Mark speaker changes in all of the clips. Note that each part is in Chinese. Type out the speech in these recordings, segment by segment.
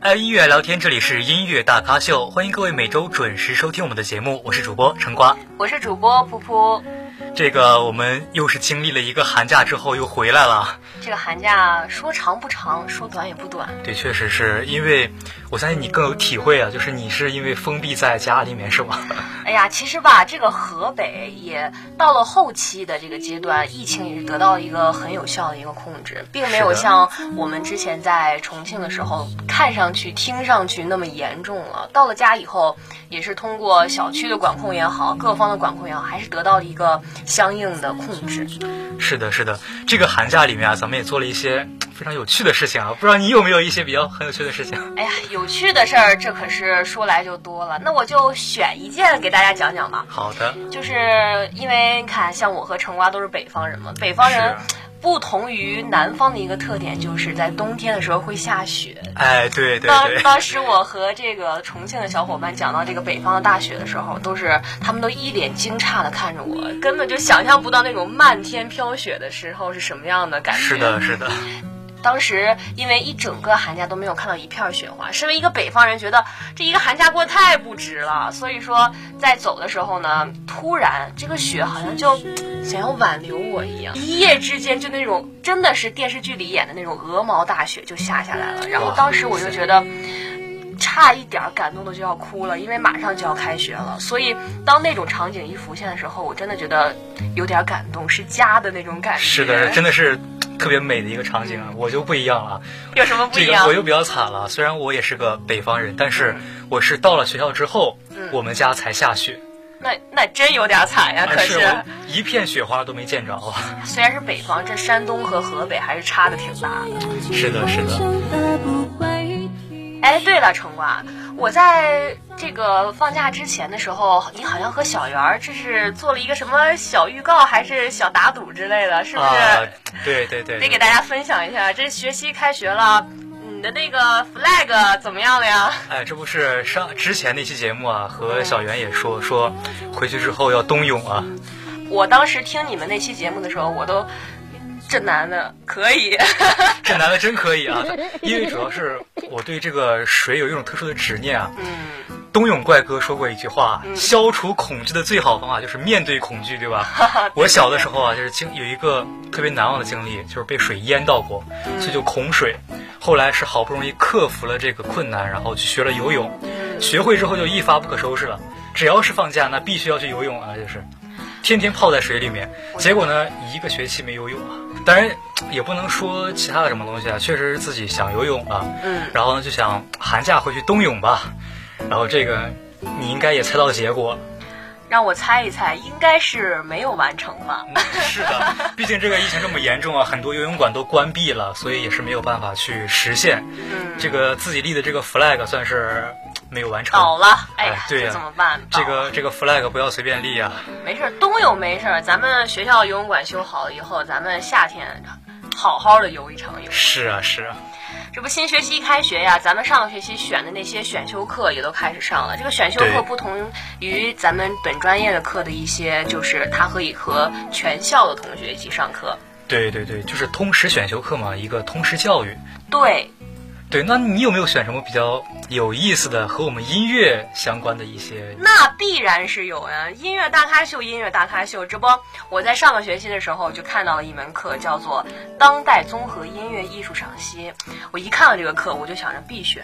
Speaker 1: 爱音乐聊天，这里是音乐大咖秀，欢迎各位每周准时收听我们的节目，我是主播陈瓜。
Speaker 2: 我是主播噗噗。
Speaker 1: 这个我们又是经历了一个寒假之后又回来了，
Speaker 2: 这个寒假说长不长，说短也不短。
Speaker 1: 对，确实是因为我相信你更有体会啊，就是你是因为封闭在家里面是吧？
Speaker 2: 哎呀，其实吧，这个河北也到了后期的这个阶段，疫情也是得到一个很有效的一个控制，并没有
Speaker 1: 是的
Speaker 2: 像我们之前在重庆的时候看上去、听上去那么严重了。到了家以后，也是通过小区的管控也好，各方的管控也好，还是得到了一个相应的控制。
Speaker 1: 是的，是的，这个寒假里面啊，咱们也做了一些非常有趣的事情啊，不知道你有没有一些比较很有趣的事情？
Speaker 2: 哎呀，有趣的事儿这可是说来就多了，那我就选一件给大家讲讲吧。
Speaker 1: 好的，
Speaker 2: 就是因为你看，像我和橙瓜都是北方人嘛，北方人
Speaker 1: 是啊
Speaker 2: 不同于南方的一个特点，就是在冬天的时候会下雪。
Speaker 1: 哎，对对
Speaker 2: 当
Speaker 1: 对，
Speaker 2: 当时我和这个重庆的小伙伴讲到这个北方的大雪的时候，都是他们都一脸惊诧的看着我，根本就想象不到那种漫天飘雪的时候是什么样的感觉。
Speaker 1: 是的，是的，
Speaker 2: 当时因为一整个寒假都没有看到一片雪花，身为一个北方人，觉得这一个寒假过得太不值了。所以说，在走的时候呢，突然这个雪好像就嗯想要挽留我一样，一夜之间就那种真的是电视剧里演的那种鹅毛大雪就下下来了。然后当时我就觉得。差一点儿感动的就要哭了，因为马上就要开学了，所以当那种场景一浮现的时候，我真的觉得有点感动，是家的那种感觉。
Speaker 1: 是的，真的是特别美的一个场景啊，我就不一样了啊。
Speaker 2: 有什么不
Speaker 1: 这
Speaker 2: 一
Speaker 1: 个
Speaker 2: 样？
Speaker 1: 我又比较惨了，虽然我也是个北方人，但是我是到了学校之后，
Speaker 2: 嗯
Speaker 1: 我们家才下雪，
Speaker 2: 那那真有点惨呀！可
Speaker 1: 但啊是
Speaker 2: 是
Speaker 1: 我一片雪花都没见着。啊
Speaker 2: 虽然是北方，这山东和河北还是差的挺大的。
Speaker 1: 是的，是的，
Speaker 2: 哎，对了，橙瓜，我在这个放假之前的时候，你好像和小圆儿这是做了一个什么小预告，还是小打赌之类的，是不是？
Speaker 1: 啊，对对对，
Speaker 2: 得给大家分享一下，这学期开学了，你的那个 flag 怎么样了呀？
Speaker 1: 哎，这不是上之前那期节目啊，
Speaker 2: 嗯
Speaker 1: 和小袁也说说，回去之后要冬泳啊，
Speaker 2: 我当时听你们那期节目的时候，我都这男的可以。
Speaker 1: 这男的真可以啊，因为主要是我对这个水有一种特殊的执念啊。
Speaker 2: 嗯，
Speaker 1: 冬泳怪哥说过一句话，
Speaker 2: 嗯
Speaker 1: 消除恐惧的最好方法就是面对恐惧，对吧？ 我小的时候啊，就是经有一个特别难忘的经历，就是被水淹到过，
Speaker 2: 嗯
Speaker 1: 所以就恐水。后来是好不容易克服了这个困难，然后去学了游泳，
Speaker 2: 嗯
Speaker 1: 学会之后就一发不可收拾了。只要是放假，那必须要去游泳啊，就是天天泡在水里面。结果呢，一个学期没游泳啊。当然也不能说其他的什么东西啊，确实是自己想游泳啊，
Speaker 2: 嗯，
Speaker 1: 然后呢就想寒假回去冬泳吧，然后这个你应该也猜到结果，
Speaker 2: 让我猜一猜，应该是没有完成吧？
Speaker 1: 嗯是的， 毕竟这个疫情这么严重啊，很多游泳馆都关闭了，所以也是没有办法去实现
Speaker 2: 嗯，
Speaker 1: 这个自己立的这个 flag，算是没有完成。
Speaker 2: 倒了，哎呀
Speaker 1: 哎，对呀
Speaker 2: 这怎么办？倒
Speaker 1: 这
Speaker 2: 了
Speaker 1: 个这个 flag 不要随便立啊！
Speaker 2: 没事儿，冬泳没事儿，咱们学校游泳馆修好了以后，咱们夏天好好的游一场泳。
Speaker 1: 是啊，是啊，
Speaker 2: 这不新学期一开学呀，咱们上个学期选的那些选修课也都开始上了。这个选修
Speaker 1: 对
Speaker 2: 课不同于咱们本专业的课的一些，就是它可以和全校的同学一起上课。
Speaker 1: 对对对，就是通识选修课嘛，一个通识教育。
Speaker 2: 对，
Speaker 1: 对，那你有没有选什么比较有意思的和我们音乐相关的一些？
Speaker 2: 那必然是有呀、音乐大咖秀，音乐大咖秀，这不，我在上个学期的时候就看到了一门课，叫做《当代综合音乐艺术赏析》。我一看到这个课，我就想着必选，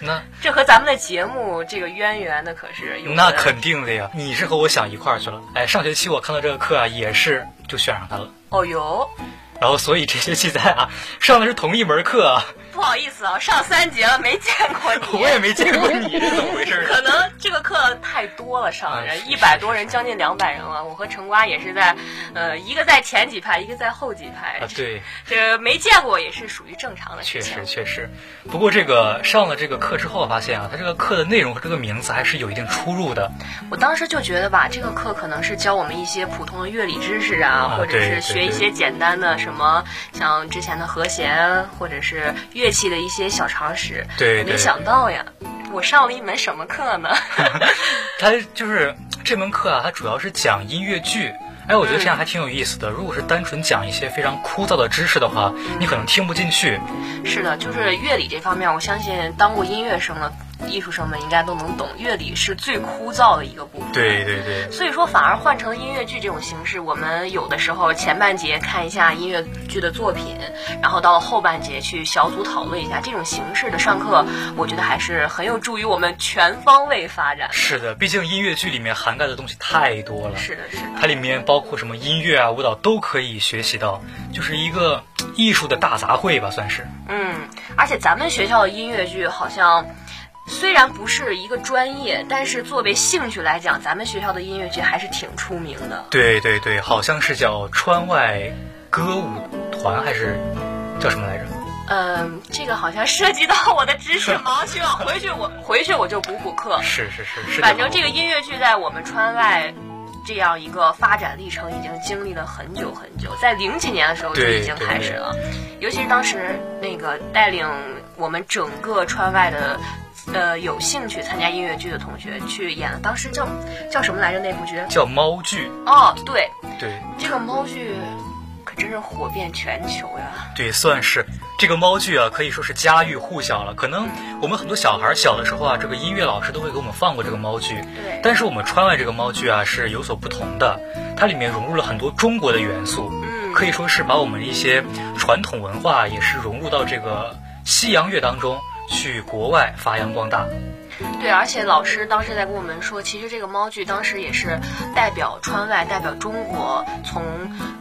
Speaker 1: 那
Speaker 2: 这和咱们的节目这个渊源的可是有的。
Speaker 1: 那 肯定的呀，你是和我想一块儿去了。哎，上学期我看到这个课啊，也是就选上它了。
Speaker 2: 哦哟，
Speaker 1: 然后所以这学期咱俩上的是同一门课啊，
Speaker 2: 不好意思啊，上三节了没见过你。
Speaker 1: 我也没见过你，怎么回事
Speaker 2: 可能这个课太多了，上的
Speaker 1: 啊
Speaker 2: 人
Speaker 1: 是
Speaker 2: 一百多人，将近两百人了。我和橙瓜也是在，呃，一个在前几排，一个在后几排。
Speaker 1: 啊？对，
Speaker 2: 这没见过也是属于正常的
Speaker 1: 确
Speaker 2: 事
Speaker 1: 实。
Speaker 2: 情
Speaker 1: 确实。不过这个上了这个课之后，发现啊，它这个课的内容和这个名字还是有一定出入的。
Speaker 2: 我当时就觉得吧，这个课可能是教我们一些普通的乐理知识啊，
Speaker 1: 啊
Speaker 2: 或者
Speaker 1: 对
Speaker 2: 是
Speaker 1: 对
Speaker 2: 学一
Speaker 1: 对
Speaker 2: 些简单的什么，像之前的和弦，或者是乐器的一些小常识。
Speaker 1: 对
Speaker 2: 没
Speaker 1: 对
Speaker 2: 想到呀，我上了一门什么课呢？
Speaker 1: 它就是这门课啊，它主要是讲音乐剧。哎，我觉得这样还挺有意思的。如果是单纯讲一些非常枯燥的知识的话，你可能听不进去。
Speaker 2: 是的，就是乐理这方面，我相信当过音乐生的艺术生们应该都能懂，乐理是最枯燥的一个部分。
Speaker 1: 对对对，
Speaker 2: 所以说，反而换成音乐剧这种形式，我们有的时候前半节看一下音乐剧的作品，然后到了后半节去小组讨论一下这种形式的上课，我觉得还是很有助于我们全方位发展。
Speaker 1: 是的，毕竟音乐剧里面涵盖的东西太多了。
Speaker 2: 是的，是的，
Speaker 1: 它里面包括什么音乐啊、舞蹈都可以学习到，就是一个嘖艺术的大杂烩吧，算是。
Speaker 2: 嗯，而且咱们学校的音乐剧好像。虽然不是一个专业，但是作为兴趣来讲，咱们学校的音乐剧还是挺出名的。
Speaker 1: 对对对，好像是叫川外歌舞团还是叫什么来着？
Speaker 2: 嗯，这个好像涉及到我的知识盲区了。回去我回去我就补补课。
Speaker 1: 是是是是。
Speaker 2: 反正这个音乐剧在我们川外这样一个发展历程已经经历了很久很久，在零几年的时候就
Speaker 1: 对
Speaker 2: 已经开始了，尤其是当时那个带领我们整个川外的。呃，有兴趣参加音乐剧的同学去演了，当时叫叫什么来着那部剧？
Speaker 1: 叫猫剧，
Speaker 2: 哦，对，
Speaker 1: 对
Speaker 2: 这个猫剧可真是火遍全球呀！
Speaker 1: 对，算是这个猫剧啊，可以说是家喻户晓了。可能我们很多小孩儿小的时候啊，这个音乐老师都会给我们放过这个猫剧。
Speaker 2: 对，
Speaker 1: 但是我们川外这个猫剧啊是有所不同的，它里面融入了很多中国的元素，
Speaker 2: 嗯
Speaker 1: 可以说是把我们一些传统文化也是融入到这个西洋乐当中去国外发扬光大。
Speaker 2: 对，而且老师当时在跟我们说，其实这个猫剧当时也是代表川外，代表中国，从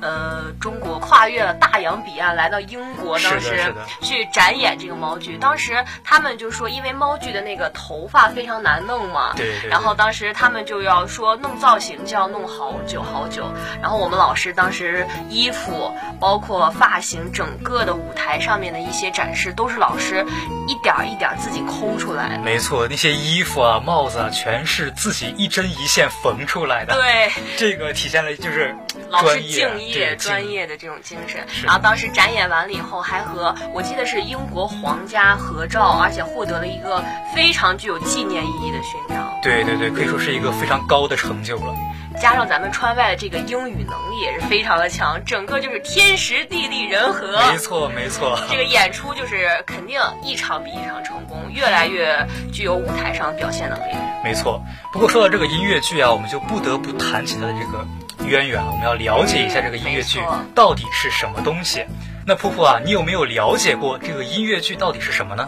Speaker 2: 呃中国跨越了大洋彼岸来到英国，
Speaker 1: 是
Speaker 2: 当
Speaker 1: 的是
Speaker 2: 时
Speaker 1: 的
Speaker 2: 去展演这个猫剧。当时他们就说，因为猫剧的那个头发非常难弄嘛，
Speaker 1: 对对对
Speaker 2: 然后当时他们就要说弄造型就要弄好久好久，然后我们老师当时衣服包括发型，整个的舞台上面的一些展示都是老师一点儿一点儿自己抠出来的。
Speaker 1: 没错，那些衣服啊、帽子啊，全是自己一针一线缝出来的。
Speaker 2: 对，
Speaker 1: 这个体现了就是
Speaker 2: 老师
Speaker 1: 专业
Speaker 2: 敬业、
Speaker 1: 对
Speaker 2: 专
Speaker 1: 敬
Speaker 2: 业的这种精神。
Speaker 1: 是
Speaker 2: 然后当时展演完了以后，还和我记得是英国皇家合照，而且获得了一个非常具有纪念意义的勋章。
Speaker 1: 对对对，可以说是一个非常高的成就了。
Speaker 2: 加上咱们川外的这个英语能力也是非常的强，整个就是天时地利人和。
Speaker 1: 没错没错，
Speaker 2: 这个演出就是肯定一场比一场成功，越来越具有舞台上表现能力。
Speaker 1: 没错。不过说到这个音乐剧啊，我们就不得不谈起它的这个渊源啊，我们要了解一下这个音乐剧
Speaker 2: 嗯没错
Speaker 1: 到底是什么东西。那噗噗啊，你有没有了解过这个音乐剧到底是什么呢？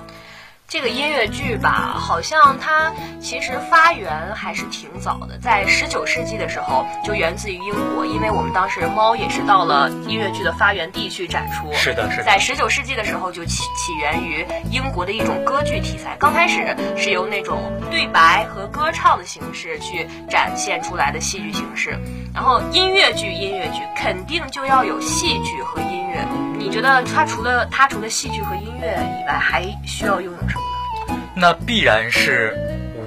Speaker 2: 这个音乐剧吧，好像它其实发源还是挺早的，在十九世纪的时候就源自于英国，因为我们当时猫也是到了音乐剧的发源地去展出。
Speaker 1: 是的，是的
Speaker 2: 在，十九世纪的时候就起起源于英国的一种歌剧题材，刚开始是由那种对白和歌唱的形式去展现出来的戏剧形式。然后音乐剧，音乐剧肯定就要有戏剧和音乐。你觉得它除了它除了戏剧和音乐以外，还需要拥有什么呢？
Speaker 1: 那必然是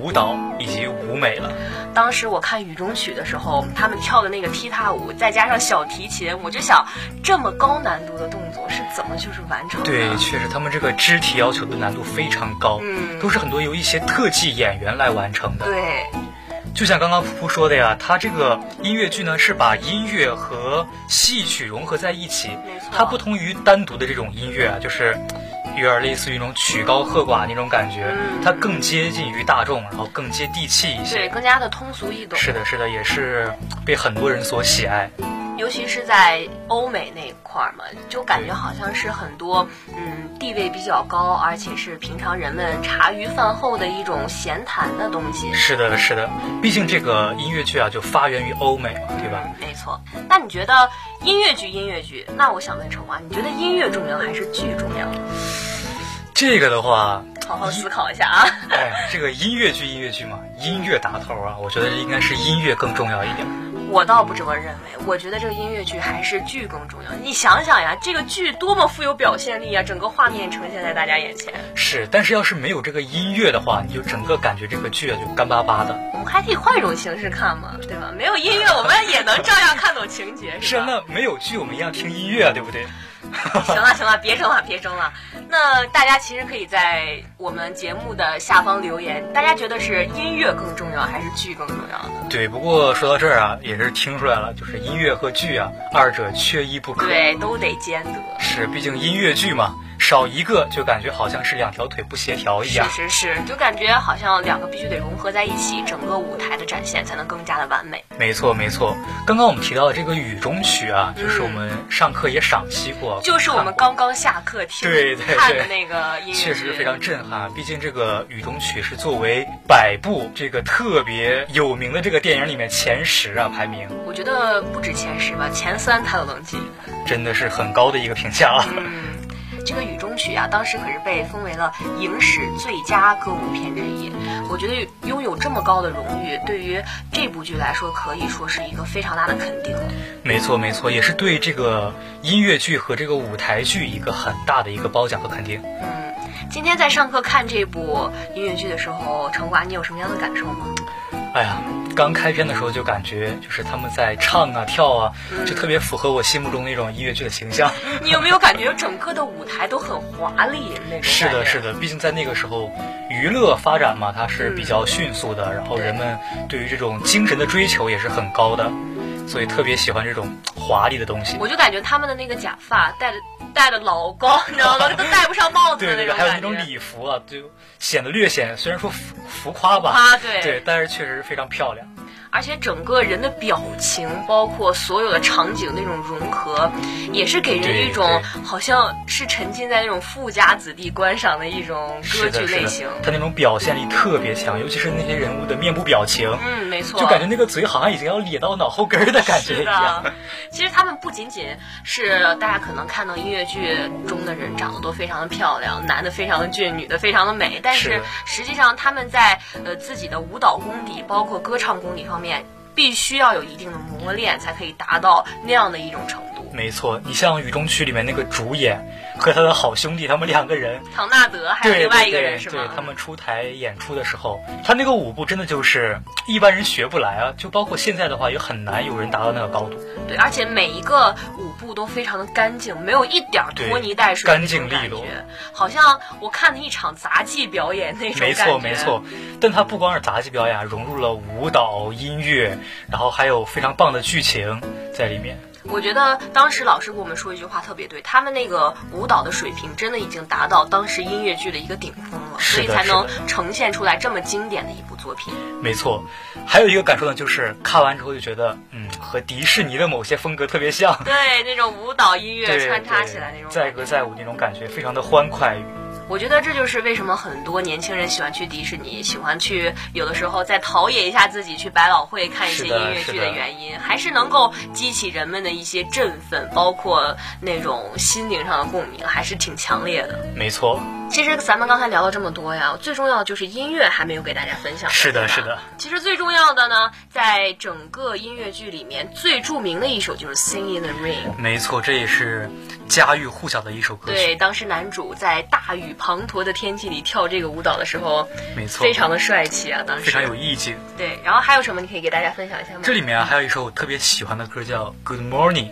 Speaker 1: 舞蹈以及舞美了。
Speaker 2: 当时我看《雨中曲》的时候，他们跳的那个踢踏舞，再加上小提琴，我就想，这么高难度的动作是怎么就是完成的？
Speaker 1: 对，确实他们这个肢体要求的难度非常高，
Speaker 2: 嗯
Speaker 1: 都是很多由一些特技演员来完成的。
Speaker 2: 对
Speaker 1: 就像刚刚噗噗说的呀，它这个音乐剧呢是把音乐和戏曲融合在一起
Speaker 2: 没错，
Speaker 1: 它不同于单独的这种音乐啊，就是有点类似于那种曲高和寡那种感觉，
Speaker 2: 嗯
Speaker 1: 它更接近于大众，然后更接地气一
Speaker 2: 对，
Speaker 1: 些。
Speaker 2: 更加的通俗易懂。
Speaker 1: 是的，是的，也是被很多人所喜爱。
Speaker 2: 尤其是在欧美那一块儿嘛，就感觉好像是很多嗯地位比较高，而且是平常人们茶余饭后的一种闲谈的东西。
Speaker 1: 是的，是的，毕竟这个音乐剧啊就发源于欧美嘛，对吧？
Speaker 2: 嗯？没错。那你觉得音乐剧音乐剧？那我想问陈华，你觉得音乐重要还是剧重要？
Speaker 1: 这个的话，
Speaker 2: 好好思考一下啊。
Speaker 1: 哎，这个音乐剧音乐剧嘛，音乐打头啊，我觉得应该是音乐更重要一点。
Speaker 2: 我倒不这么认为，我觉得这个音乐剧还是剧更重要。你想想呀，这个剧多么富有表现力啊，整个画面呈现在大家眼前。
Speaker 1: 是，但是要是没有这个音乐的话，你就整个感觉这个剧啊就干巴巴的。
Speaker 2: 我们还可以换一种形式看嘛，对吧？没有音乐，我们也能照样看懂情节，
Speaker 1: 是
Speaker 2: 吧？
Speaker 1: 那没有剧我们一样听音乐啊，对不对？
Speaker 2: 行了行了，别争了别争了。那大家其实可以在我们节目的下方留言，大家觉得是音乐更重要还是剧更重要呢？
Speaker 1: 对，不过说到这儿啊，也是听出来了，就是音乐和剧啊，二者缺一不可。
Speaker 2: 对，都得兼得。
Speaker 1: 是，毕竟音乐剧嘛，少一个就感觉好像是两条腿不协调一样。
Speaker 2: 是是是，就感觉好像两个必须得融合在一起，整个舞台的展现才能更加的完美。
Speaker 1: 没错没错，刚刚我们提到的这个雨中曲啊，就是我们上课也赏析过，
Speaker 2: 就是我们
Speaker 1: 看过
Speaker 2: 刚刚下课听
Speaker 1: 对对对
Speaker 2: 看的那个音乐剧，
Speaker 1: 确实非常震撼。啊毕竟这个雨中曲是作为百部这个特别有名的这个电影里面前十啊排名，
Speaker 2: 我觉得不止前十吧，前三他都能进。
Speaker 1: 真的是很高的一个评价啊。
Speaker 2: 嗯，这个《雨中曲》啊，当时可是被封为了影史最佳歌舞片之一。我觉得拥有这么高的荣誉，对于这部剧来说，可以说是一个非常大的肯定了。
Speaker 1: 没错没错，也是对这个音乐剧和这个舞台剧一个很大的一个褒奖和肯定。
Speaker 2: 嗯，今天在上课看这部音乐剧的时候，城管你有什么样的感受吗？
Speaker 1: 哎呀，刚开篇的时候就感觉就是他们在唱啊跳啊，就特别符合我心目中那种音乐剧的形象。
Speaker 2: 你有没有感觉整个的舞台都很华丽那种？
Speaker 1: 是的，是
Speaker 2: 的。
Speaker 1: 的，毕竟在那个时候，娱乐发展嘛，它是比较迅速
Speaker 2: 嗯
Speaker 1: 的，然后人们对于这种精神的追求也是很高的，所以特别喜欢这种华丽的东西。
Speaker 2: 我就感觉他们的那个假发戴的戴的老高，你知 道吗？都戴不上帽子
Speaker 1: 对
Speaker 2: 的
Speaker 1: 对
Speaker 2: 那
Speaker 1: 对，
Speaker 2: 种
Speaker 1: 还有
Speaker 2: 感
Speaker 1: 那种
Speaker 2: 觉。
Speaker 1: 礼服啊，就显得略显，虽然说浮浮夸吧，
Speaker 2: 啊，对
Speaker 1: 对，但是确实是非常漂亮。
Speaker 2: 而且整个人的表情，包括所有的场景那种融合，也是给人
Speaker 1: 对
Speaker 2: 一种
Speaker 1: 对
Speaker 2: 好像是沉浸在那种富家子弟观赏的一种歌
Speaker 1: 是
Speaker 2: 剧
Speaker 1: 的，是
Speaker 2: 类
Speaker 1: 的
Speaker 2: 型。，
Speaker 1: 他那种表现力特别强，尤其是那些人物的面部表情，
Speaker 2: 嗯，没错，
Speaker 1: 就感觉那个嘴好像已经要咧到脑后根儿的感觉
Speaker 2: 是
Speaker 1: 一样。
Speaker 2: 的，其实他们不仅仅是大家可能看到音乐剧中的人长得都非常的漂亮，男的非常的俊，女的非常的美，但
Speaker 1: 是
Speaker 2: 是
Speaker 1: 的
Speaker 2: 实际上他们在呃自己的舞蹈功底，包括歌唱功底方面，必须要有一定的磨练，才可以达到那样的一种程度。
Speaker 1: 没错，你像《雨中曲》里面那个主演和他的好兄弟，他们两个人，
Speaker 2: 唐纳德还有
Speaker 1: 对
Speaker 2: 另外一个
Speaker 1: 对
Speaker 2: 人是
Speaker 1: 对
Speaker 2: 吗？
Speaker 1: 他们出台演出的时候，他那个舞步真的就是 一般人学不来啊，就包括现在的话也很难有人达到那个高度，
Speaker 2: 对，而且每一个舞步都非常的干净，没有一点儿拖泥带水的
Speaker 1: 对
Speaker 2: 那种
Speaker 1: 干净利
Speaker 2: 感
Speaker 1: 落
Speaker 2: 觉，好像我看了一场杂技表演那种
Speaker 1: 没
Speaker 2: 感觉。
Speaker 1: 错没错。但他不光是杂技表演啊，融入了舞蹈、音乐，然后还有非常棒的剧情在里面。
Speaker 2: 我觉得当时老师跟我们说一句话特别对，他们那个舞蹈的水平真的已经达到当时音乐剧的一个顶峰了，
Speaker 1: 是的嗯
Speaker 2: 所以才能
Speaker 1: 是
Speaker 2: 呈现出来这么经典的一部作品。
Speaker 1: 没错，还有一个感受呢，就是看完之后就觉得，嗯，和迪士尼的某些风格特别像。
Speaker 2: 对，那种舞蹈音乐
Speaker 1: 对
Speaker 2: 穿插
Speaker 1: 对
Speaker 2: 起来那种
Speaker 1: 载
Speaker 2: 感觉，
Speaker 1: 歌载舞那种感觉，非常的欢快。
Speaker 2: 我觉得这就是为什么很多年轻人喜欢去迪士尼，喜欢去有的时候再陶冶一下自己去百老汇看一些
Speaker 1: 是
Speaker 2: 音
Speaker 1: 的
Speaker 2: 乐剧
Speaker 1: 是的
Speaker 2: 原因，还是能够激起人们的一些振奋，包括那种心灵上的共鸣，还是挺强烈的。
Speaker 1: 没错，
Speaker 2: 其实咱们刚才聊了这么多呀，最重要的就是音乐还没有给大家分享。
Speaker 1: 是的
Speaker 2: 对吧
Speaker 1: 是的。
Speaker 2: 其实最重要的呢，在整个音乐剧里面最著名的一首就是《Sing in the Rain》。
Speaker 1: 没错，这也是家喻户晓的一首歌曲。
Speaker 2: 对，当时男主在大雨滂沱的天气里跳这个舞蹈的时候，
Speaker 1: 没错，
Speaker 2: 非常的帅气啊！当时
Speaker 1: 非常有意境。
Speaker 2: 对。然后还有什么你可以给大家分享一下吗？
Speaker 1: 这里面啊，还有一首我特别喜欢的歌叫《Good Morning》，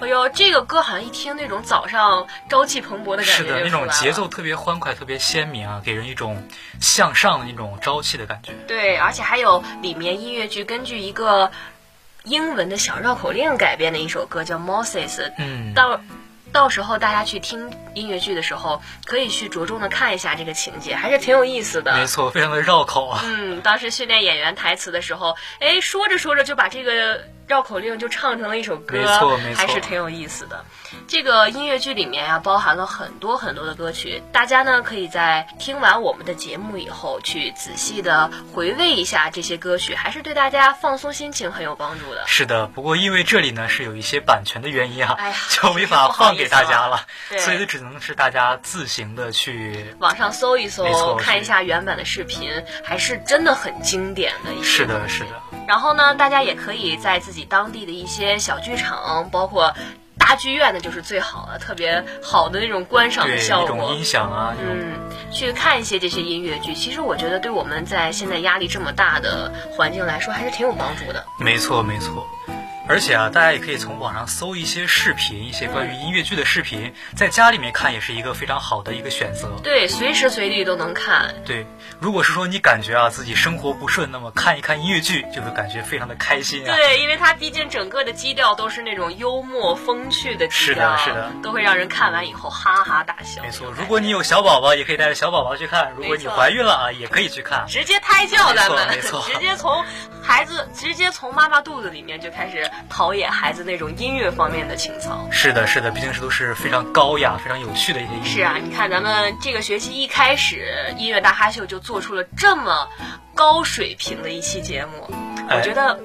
Speaker 2: 哎呦，这个歌好像一听那种早上朝气蓬勃的感觉
Speaker 1: 是的，那
Speaker 2: 就出
Speaker 1: 种
Speaker 2: 来
Speaker 1: 节
Speaker 2: 了
Speaker 1: 奏特别欢快、特别鲜明啊，给人一种向上的那种朝气的感觉。
Speaker 2: 对，而且还有里面音乐剧根据一个英文的小绕口令改编的一首歌叫《Moses》，
Speaker 1: 嗯，
Speaker 2: 到到时候大家去听音乐剧的时候，可以去着重的看一下这个情节，还是挺有意思
Speaker 1: 没
Speaker 2: 的。
Speaker 1: 错，非常的绕口啊。
Speaker 2: 嗯，当时训练演员台词的时候，哎，说着说着就把这个绕口令就唱成了一首歌，
Speaker 1: 没错没错
Speaker 2: 还是挺有意思的。这个音乐剧里面呀、包含了很多很多的歌曲，大家呢可以在听完我们的节目以后，去仔细的回味一下这些歌曲，还是对大家放松心情很有帮助的。
Speaker 1: 是的，不过因为这里呢是有一些版权的原因啊，
Speaker 2: 哎呀
Speaker 1: 就没法放给大家了，
Speaker 2: 啊对
Speaker 1: 所以就只能是大家自行的去。
Speaker 2: 网上搜一
Speaker 1: 没
Speaker 2: 搜，
Speaker 1: 错
Speaker 2: 看一下原版的视频，还是真的很经典的一些。
Speaker 1: 是的，是的，
Speaker 2: 然后呢，大家也可以在自己当地的一些小剧场，包括大剧院呢，就是最好的，特别好的那种观赏
Speaker 1: 对
Speaker 2: 的效
Speaker 1: 一种
Speaker 2: 果
Speaker 1: 音。响啊，一种
Speaker 2: 嗯，去看一些这些音乐剧，其实我觉得对我们在现在压力这么大的环境来说，还是挺有帮助的。
Speaker 1: 没错，没错。而且啊，大家也可以从网上搜一些视频，一些关于音乐剧的视频，在家里面看也是一个非常好的一个选择。
Speaker 2: 对，随时随地都能看。
Speaker 1: 对，如果是说你感觉啊自己生活不顺，那么看一看音乐剧就会感觉非常的开心啊。
Speaker 2: 对，因为它毕竟整个的基调都是那种幽默风趣的基
Speaker 1: 是的
Speaker 2: 调，
Speaker 1: 是的
Speaker 2: 都会让人看完以后哈哈大笑。
Speaker 1: 没错，如果你有小宝宝，也可以带着小宝宝去看；如果你
Speaker 2: 没错
Speaker 1: 怀孕了啊，也可以去看。
Speaker 2: 直接胎教，咱们
Speaker 1: 没错没错
Speaker 2: 直接从孩子直接从妈妈肚子里面就开始陶冶孩子那种音乐方面的情操。
Speaker 1: 是的，是的，毕竟是都是非常高雅、非常有趣的一些音乐。
Speaker 2: 是啊，你看咱们这个学期一开始，音乐大哈秀就做出了这么高水平的一期节目，
Speaker 1: 哎
Speaker 2: 我觉得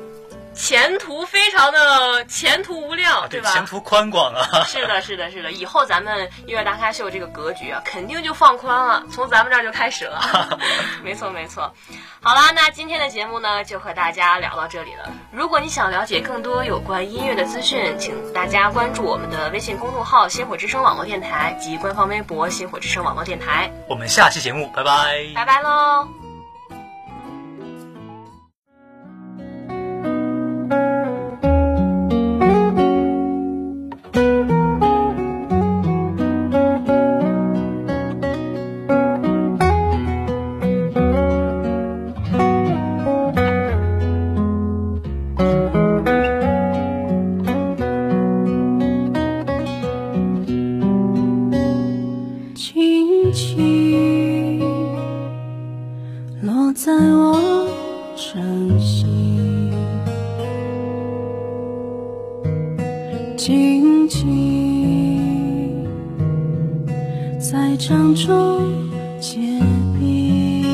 Speaker 2: 前途非常的前途无量，
Speaker 1: 啊，对，
Speaker 2: 吧？
Speaker 1: 前途宽广啊。
Speaker 2: 是的，是的，是的，以后咱们音乐大咖秀这个格局啊，肯定就放宽了，从咱们这儿就开始了。没错，没错。好啦，那今天的节目呢，就和大家聊到这里了。如果你想了解更多有关音乐的资讯，请大家关注我们的微信公众号“星火之声网络电台”及官方微博“星火之声网络电台
Speaker 1: 我们下期节目，拜拜”。。
Speaker 2: 拜拜喽！
Speaker 3: 轻轻落在我掌心，静静在掌中结冰，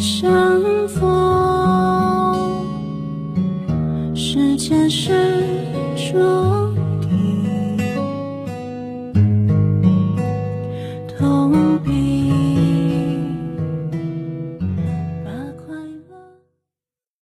Speaker 3: 相逢是前世注定。痛并